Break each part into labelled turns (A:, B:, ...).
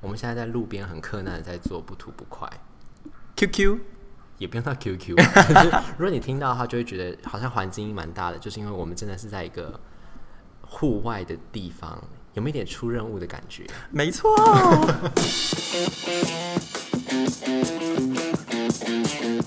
A: 我们现在在路边很困难的在做，不吐不快，
B: QQ
A: 也不用到 QQ 啊。就是如果你听到的话，就会觉得好像环境音蛮大的，就是因为我们真的是在一个户外的地方，有没有一点出任务的感觉？
B: 没错。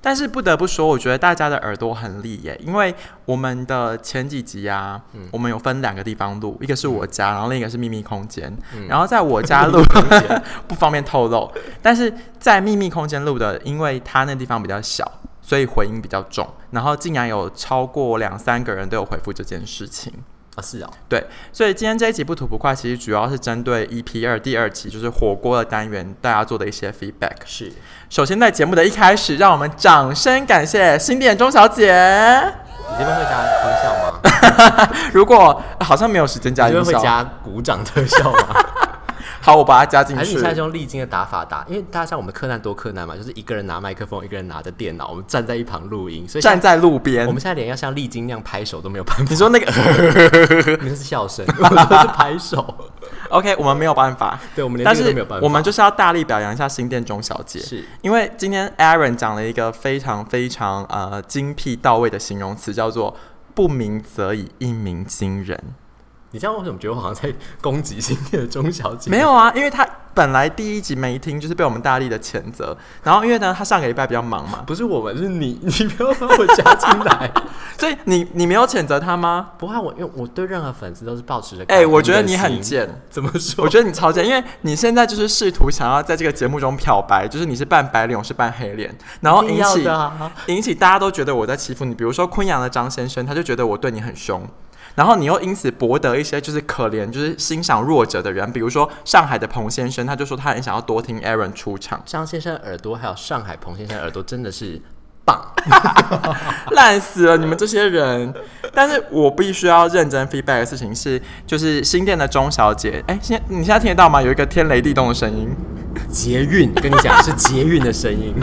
B: 但是不得不说，我觉得大家的耳朵很利耶，因为我们的前几集啊，我们有分两个地方录，一个是我家，然后另一个是秘密空间。然后在我家录 不方便透露，但是在秘密空间录的，因为它那地方比较小，所以回音比较重。然后竟然有超过两三个人都有回复这件事情。
A: 啊，是哦，
B: 对，所以今天这一集不吐不快，其实主要是针对 EP 二第二期，就是火锅的单元，大家做的一些 feedback。
A: 是。
B: 首先，在节目的一开始，让我们掌声感谢新点钟小姐。
A: 你这边会加欢笑吗？
B: 如果、啊好像没有时间加
A: 你这
B: 音
A: 边会
B: 效，
A: 加鼓掌特效 吗？
B: 好，我把它加进
A: 还是
B: 去
A: 你现。在就用历经的打法打？因为大家知道我们柯南多柯南嘛，就是一个人拿麦克风，一个人拿着电脑，我们站在一旁录音，所以
B: 站在路边
A: 我，们现在连要像丽晶那样拍手都没有办法。
B: 你说那个
A: 你那是笑声， 我说是拍手。
B: OK，我们没有办法，
A: 对我们连
B: 但
A: 这个
B: 是
A: 都没有办法
B: 我们就是要大力表扬一下新店钟小姐。
A: 是
B: 因为今天 Aaron 讲了一个非常非常呃精辟到位的形容词，叫做“不鸣则已，一鸣惊人”。
A: 你这样为什么觉得我好像在攻击新店的钟小姐？
B: 没，有啊，因为他本来第一集没听，就是被我们大力的谴责。然后因为呢，他上个礼拜比较忙嘛，
A: 不是我们，是你， 你不要把我加进来。
B: 所以你你没有谴责他吗？
A: 不怕我，因为我对任何粉丝都是保持着。
B: 哎、我觉得你很。贱。
A: 怎么说？
B: 我觉得你超贱，因为你现在就是试图想要在这个节目中漂白，就是你是扮白脸，我是扮黑脸，然后
A: 一定
B: 引
A: 要
B: 起、
A: 的啊
B: 引起大家都觉得我在欺负你。比如说昆阳的张先生，他就觉得我对你很凶，然后你又因此博得一些就是可怜、就是欣赏弱者的人，比如说上海的彭先生，他就说他很想要多听 Aaron 出场，
A: 张先生耳朵还有上海彭先生耳朵真的是棒。
B: 烂死了你们这些人！但是我必须要认真 feedback 的事情是，就是新店的钟小姐，哎、现在你现在听得到吗？有一个天雷地动的声音
A: 捷运，跟你讲是捷运的声音。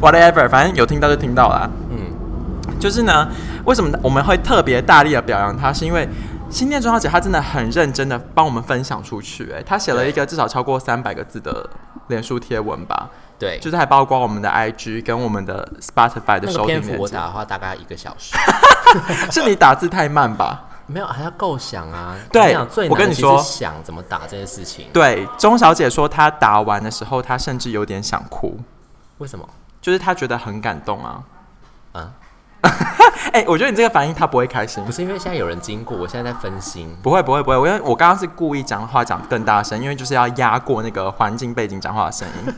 B: ，whatever，反正有听到就听到啦。
A: 嗯，
B: 就是呢，为什么我们会特别大力的表扬她，是因为。新店钟小姐她真的很认真的帮我们分享出去、哎，她写了一个至少超过三百个字的脸书贴文吧，
A: 对，
B: 就是还包括我们的 IG 跟我们的 Spotify
A: 那
B: 的
A: 个
B: 收听
A: 篇幅
B: 链
A: 我
B: 接。
A: 打的话大概一个小 时。
B: 是你打字太慢吧？
A: 没有，还要构想啊。我跟你
B: 对
A: 讲最难
B: 我跟
A: 的
B: 你
A: 其
B: 说
A: 实是想怎么打这件事情。
B: 对，钟小姐说她打完的时候，她甚至有点想哭，
A: 为什么？
B: 就是她觉得很感动啊。
A: 啊，
B: 哎、我觉得你这个反应她不会开心
A: 不，是因为现在有人经过，我现在在分心。
B: 不会不会不会，我因为我刚刚是故意讲话讲更大声，因为就是要压过那个环境背景讲话的声音。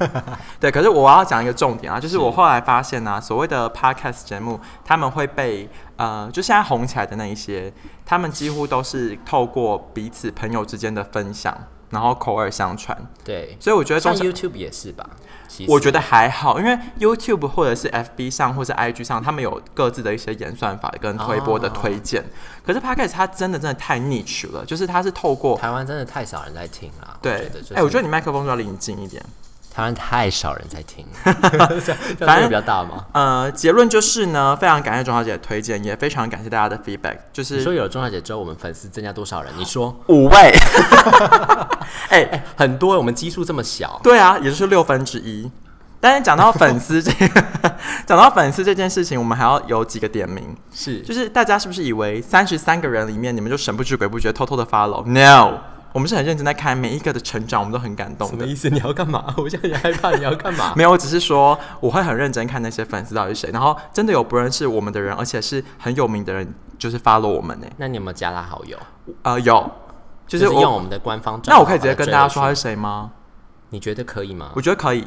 B: 对，可是我要讲一个重点啊，就是我后来发现呢、啊，所谓的 podcast 节目，他们会被呃，就现在红起来的那一些，他们几乎都是透过彼此朋友之间的分享，然后口耳相传。
A: 对，
B: 所以我觉得
A: 像
B: 钟小
A: YouTube 也是吧？其实
B: 我觉得还好，因为 YouTube 或者是 FB 上或是 IG 上，他们有各自的一些演算法跟推播的推荐。
A: 哦
B: 可是 Podcast 它真的真的太 niche 了，就是它是透过
A: 台湾真的太少人在听了。
B: 对，
A: 我
B: 哎
A: 觉得、就是
B: 我觉得你麦克风就要离你近一点。
A: 台湾太少人在 听，反正比较大吗？
B: 呃，结论就是呢，非常感谢钟小姐的推荐，也非常感谢大家的 feedback，就
A: 你说
B: 是
A: 有了钟小姐之后，我们粉丝增加多少人？你 说
B: 五位。哎、
A: 很多，我们基数这么小，
B: 对啊，也就是六分之一。但是讲到粉丝这， 讲到粉丝这件事情，我们还要有几个点名。
A: 是
B: 就是大家是不是以为三十三个人里面你们就神不知鬼不觉偷偷的 follow？No，我们是很认真在看每一个的成长，我们都很感动
A: 什么
B: 的。
A: 意思？你要干嘛？ 我现在也害怕，你要干嘛？
B: 没有，我只是说我会很认真看那些粉丝到底是谁，然后真的有不认识我们的人，而且是很有名的人，就是 follow 我们呢、
A: 那你有没有加他好友？
B: 呃，有，
A: 就
B: 就
A: 是是
B: 我。
A: 用我们的官方账
B: 那
A: 号
B: 我可以直接跟大家说
A: 把他追
B: 他
A: 回
B: 是谁吗？
A: 去，你觉得可以吗
B: 我？觉得可以。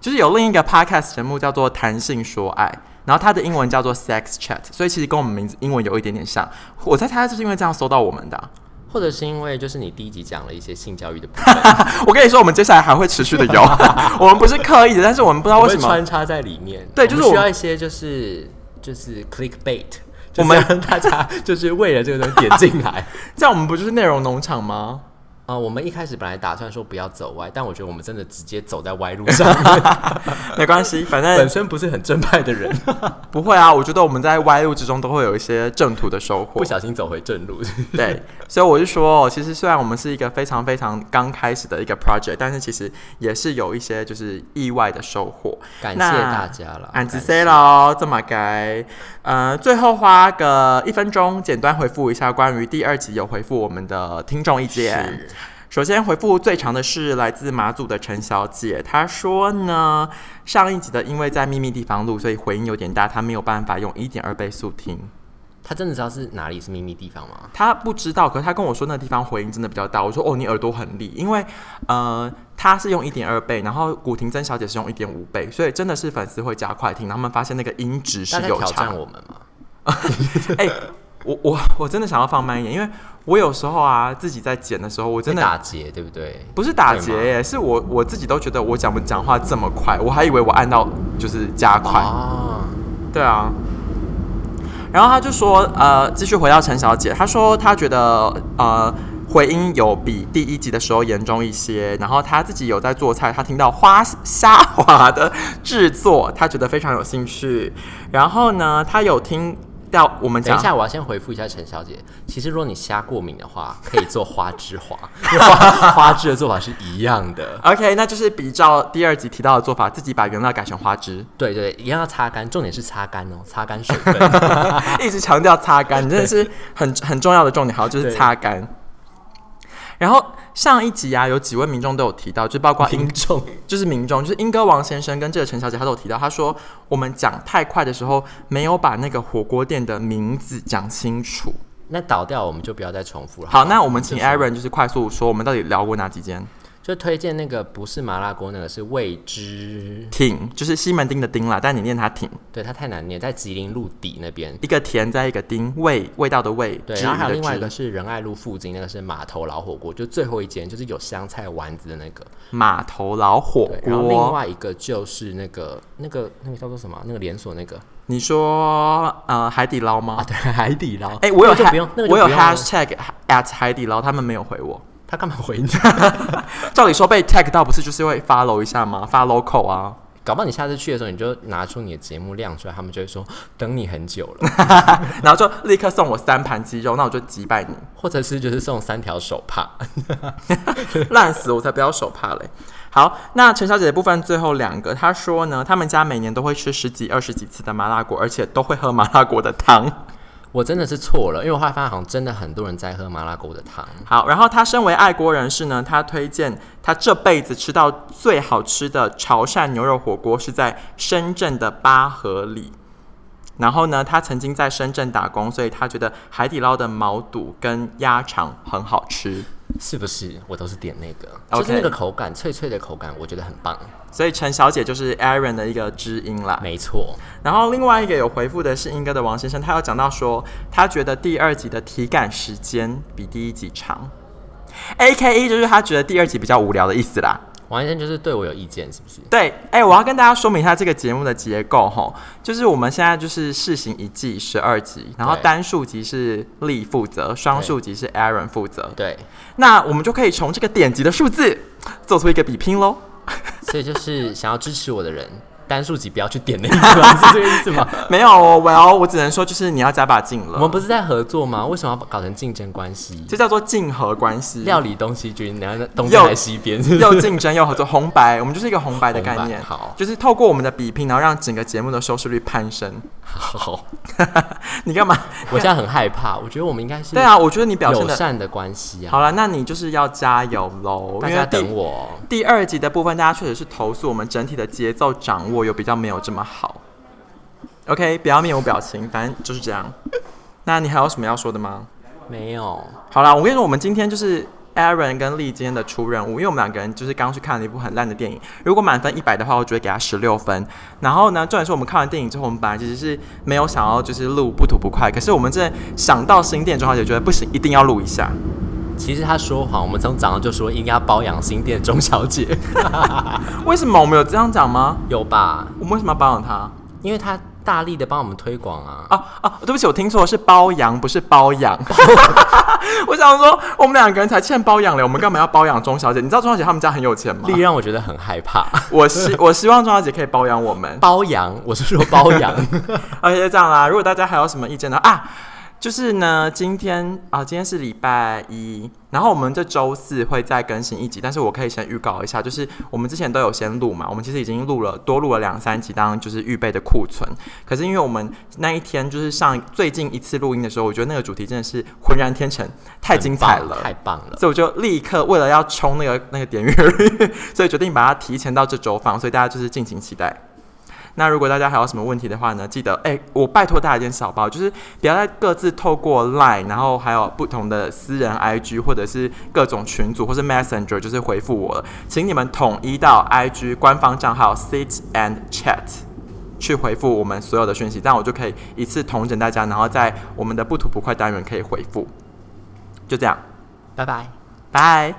B: 就是有另一个 podcast 节目叫做《谈性说爱》，然后它的英文叫做 Sex Chat，所以其实跟我们名字英文有一点点像。我猜他就是因为这样搜到我们的啊、
A: 或者是因为就是你第一集讲了一些性教育的部分，
B: 我跟你说，我们接下来还会持续的 有，我们不是刻意的，但是我们不知道
A: 我
B: 为
A: 会
B: 什么。
A: 穿插在里面。
B: 对就是
A: 我们需
B: 我
A: 要一些就是就是 clickbait，
B: 我们
A: 让大家就是为了这个东西点进 来。
B: 这样我们不就是内容农场吗？
A: 啊、我们一开始本来打算说不要走歪，但我觉得我们真 的直接走在歪路上面，
B: 没关系，反正
A: 本身不是很正派的人。
B: 不会啊，我觉得我们在歪路之中都会有一些正途的收获
A: 不。小心走回正 路。
B: 对，所以我是说，哦其实虽然我们是一个非常非常刚开始的一个 project，但是其实也是有一些就是意外的收获。
A: 感谢
B: 那
A: 大家了，
B: 俺
A: 感
B: 只
A: 谢
B: say 喽，这么该。呃，最后花个一分钟，简单回复一下关于第二集有回复我们的听众意见。
A: 是
B: 首先回复最长的是来自马祖的陈小姐，她说呢，上一集的因为在秘密地方录，所以回音有点大，她没有办法用一点二倍速听。
A: 他真的知道是哪里是秘密地方吗？
B: 他不知道，可是他跟我说那地方回音真的比较大。我说哦，你耳朵很利，因为呃，他是用一点二倍，然后古婷真小姐是用一点五倍，所以真的是粉丝会加快听，他们发现那个音质是
A: 他在
B: 有
A: 挑
B: 差
A: 战。我们吗？
B: 哎、我我我真的想要放慢一点，因为我有时候啊自己在剪的时候，我真
A: 会
B: 的
A: 打结，对不对？
B: 不是打
A: 对吗
B: 结耶，是我我自己都觉得我讲不讲话这么快，我还以为我按到就是加快。
A: 哦，
B: 对啊。然后他就说，呃，继续回到陈小姐，她说她觉得，呃，回音有比第一集的时候严重一些。然后她自己有在做菜，她听到花虾滑的制作，她觉得非常有兴趣。然后呢，她有听到我们
A: 等
B: 讲
A: 一，下，我要先回复一下陈小姐。其实，如果你虾过敏的话，可以做花 枝滑，因为花花枝的做法是一样的。
B: OK，那就是比照第二集提到的做法，自己把原料改成花枝，
A: 对对，一定要擦干，重点是擦干哦，擦干水 分。
B: 一直强调擦干，真的是很很重要的重点，好就是
A: 对
B: 擦干。然后上一集啊，有几位民众都有提到，就包括英
A: 听众
B: 就是民众，就是英歌王先生跟这个陈小姐，他都有提到，他说我们讲太快的时候，没有把那个火锅店的名字讲清楚。
A: 那倒掉，我们就不要再重复了。
B: 好，那我们请
A: 就说
B: Aaron 就是快速说，我们到底聊过哪几间？
A: 就推荐那个不是麻辣锅，那个是味之，
B: 挺就是西门町的町啦，但你念它挺，
A: 对，它太难念，在吉林路底那边。
B: 一个甜在一个丁，味味道的味，
A: 对，
B: 至于
A: 然后还有
B: 的
A: 另外一
B: 至
A: 个是仁爱路附近，那个是码头老火锅，就最后一间，就是有香菜丸子的那个。
B: 码头老火
A: 对，然后另
B: 锅。
A: 外一个就是那个那个那个叫做什么？那个连锁那个
B: 你说呃海底捞吗
A: 啊，？对， 海底捞。
B: 哎、我有
A: 那个就
B: ha-
A: 不用，那个就
B: 我有
A: 不用了
B: hashtag at 海底捞，他们没有回我。
A: 他干嘛回 你？
B: 照理说被 tag 到不是就是会 follow 一下吗？follow 扣啊。
A: 搞不好你下次去的时候，你就拿出你的节目亮出来，他们就会说等你很久了，
B: 然后就立刻送我三盘鸡肉，那我就击败你，
A: 或者是就是送三条手帕。
B: 烂死我才不要手帕嘞。好，那陈小姐的部分最后两个，她说呢，他们家每年都会吃十几、二十几次的麻辣锅，而且都会喝麻辣锅的汤。
A: 我真的是错了，因为我后来发现好像真的很多人在喝麻辣锅的汤。
B: 好，然后她身为爱国人士呢，她推荐她这辈子吃到最好吃的潮汕牛肉火锅是在深圳的八河里。然后呢，她曾经在深圳打工，所以她觉得海底捞的毛肚跟鸭肠很好吃。
A: 是不是？我都是点那个
B: OK
A: 就是那个口感，脆脆的口感，我觉得很棒。
B: 所以陈小姐就是 Aaron 的一个知音啦。
A: 没错，
B: 然后另外一个有回复的是英哥的王先生，他有讲到说，他觉得第二集的体感时间比第一集长，A K E 就是他觉得第二集比较无聊的意思啦。
A: 王先生就是对我有意见，是不是？
B: 对，哎、我要跟大家说明一下这个节目的结构吼，就是我们现在就是试行一季十二集，然后
A: 对
B: 单数集是力负责，双数集是 Aaron 负责，
A: 对，
B: 那我们就可以从这个点击的数字做出一个比拼喽。
A: 所以就是想要支持我的人， 单数集不要去点那一款，是这个意思 吗？
B: 没有哦，Well，我只能说就是你要加把劲了，
A: 我们不是在合作吗？为什么要搞成竞争关系？
B: 这叫做竞合关系，
A: 料理东西君，然后东边还西边，是不是
B: 又竞争又合作，红白，我们就是一个红白的概
A: 红白
B: 念，
A: 好
B: 就是透过我们的比拼，然后让整个节目的收视率攀升。
A: 好，
B: 你干嘛？
A: 我现在很害怕，我觉得我们应该是
B: 对啊，我觉得你表现
A: 友
B: 的
A: 善的关系啊，
B: 好了，那你就是要加油喽，
A: 大
B: 因
A: 家
B: 为第
A: 等我哦。
B: 第二集的部分，大家确实是投诉我们整体的节奏掌握有比较没有这么好。OK，不要面无表情，反正就是这样。那你还有什么要说的吗？
A: 没有，
B: 好啦，我跟你说，我们今天就是 Aaron 跟丽今天的出任务，因为我们两个人就是刚去看了一部很烂的电影。如果满分一百的话，我就会给他十六分。然后呢，重点是我们看完电影之后，我们本来其实是没有想要就是录不吐不快，可是我们真的想到新店之后，就觉得不行，一定要录一下。
A: 其实他说谎，我们从早上就说应该要包养新店钟小姐，
B: 为什么我们有这样讲吗？
A: 有吧？
B: 我们为什么要包养他？
A: 因为他大力的帮我们推广啊。
B: 啊啊！对不起，我听错，是包养，不是包养。我想说，我们两个人才欠包养嘞，我们干嘛要包养钟小姐？你知道钟小姐他们家很有钱吗？
A: 力让我觉得很害怕。
B: 我希我希望钟小姐可以包养我们，
A: 包养，我是说包养。
B: 而哦且这样啦，如果大家还有什么意见呢啊？就是呢，今天啊，今天是礼拜一，然后我们这周四会再更新一集，但是我可以先预告一下，就是我们之前都有先录嘛，我们其实已经录了多录了两三集，当就是预备的库存。可是因为我们那一天就是上最近一次录音的时候，我觉得那个主题真的是浑然天成， 太精彩
A: 很
B: 了
A: 棒，太棒了。
B: 所以我就立刻为了要冲那个那个点阅率，所以决定把它提前到这周放，所以大家就是敬请期待。那如果大家还有什么问题的话呢，记得哎、我拜托大家一件小好不好？就是不要再各自透过 Line，然后还有不同的私人 IG 或者是各种群组或是 Messenger，就是回复我了，请你们统一到 IG 官方账号 Sit and Chat。去回复我们所有的讯息，这样我就可以一次统整大家，然后在我们的不吐不快单元可以回复，就这样，
A: 拜拜。
B: 拜。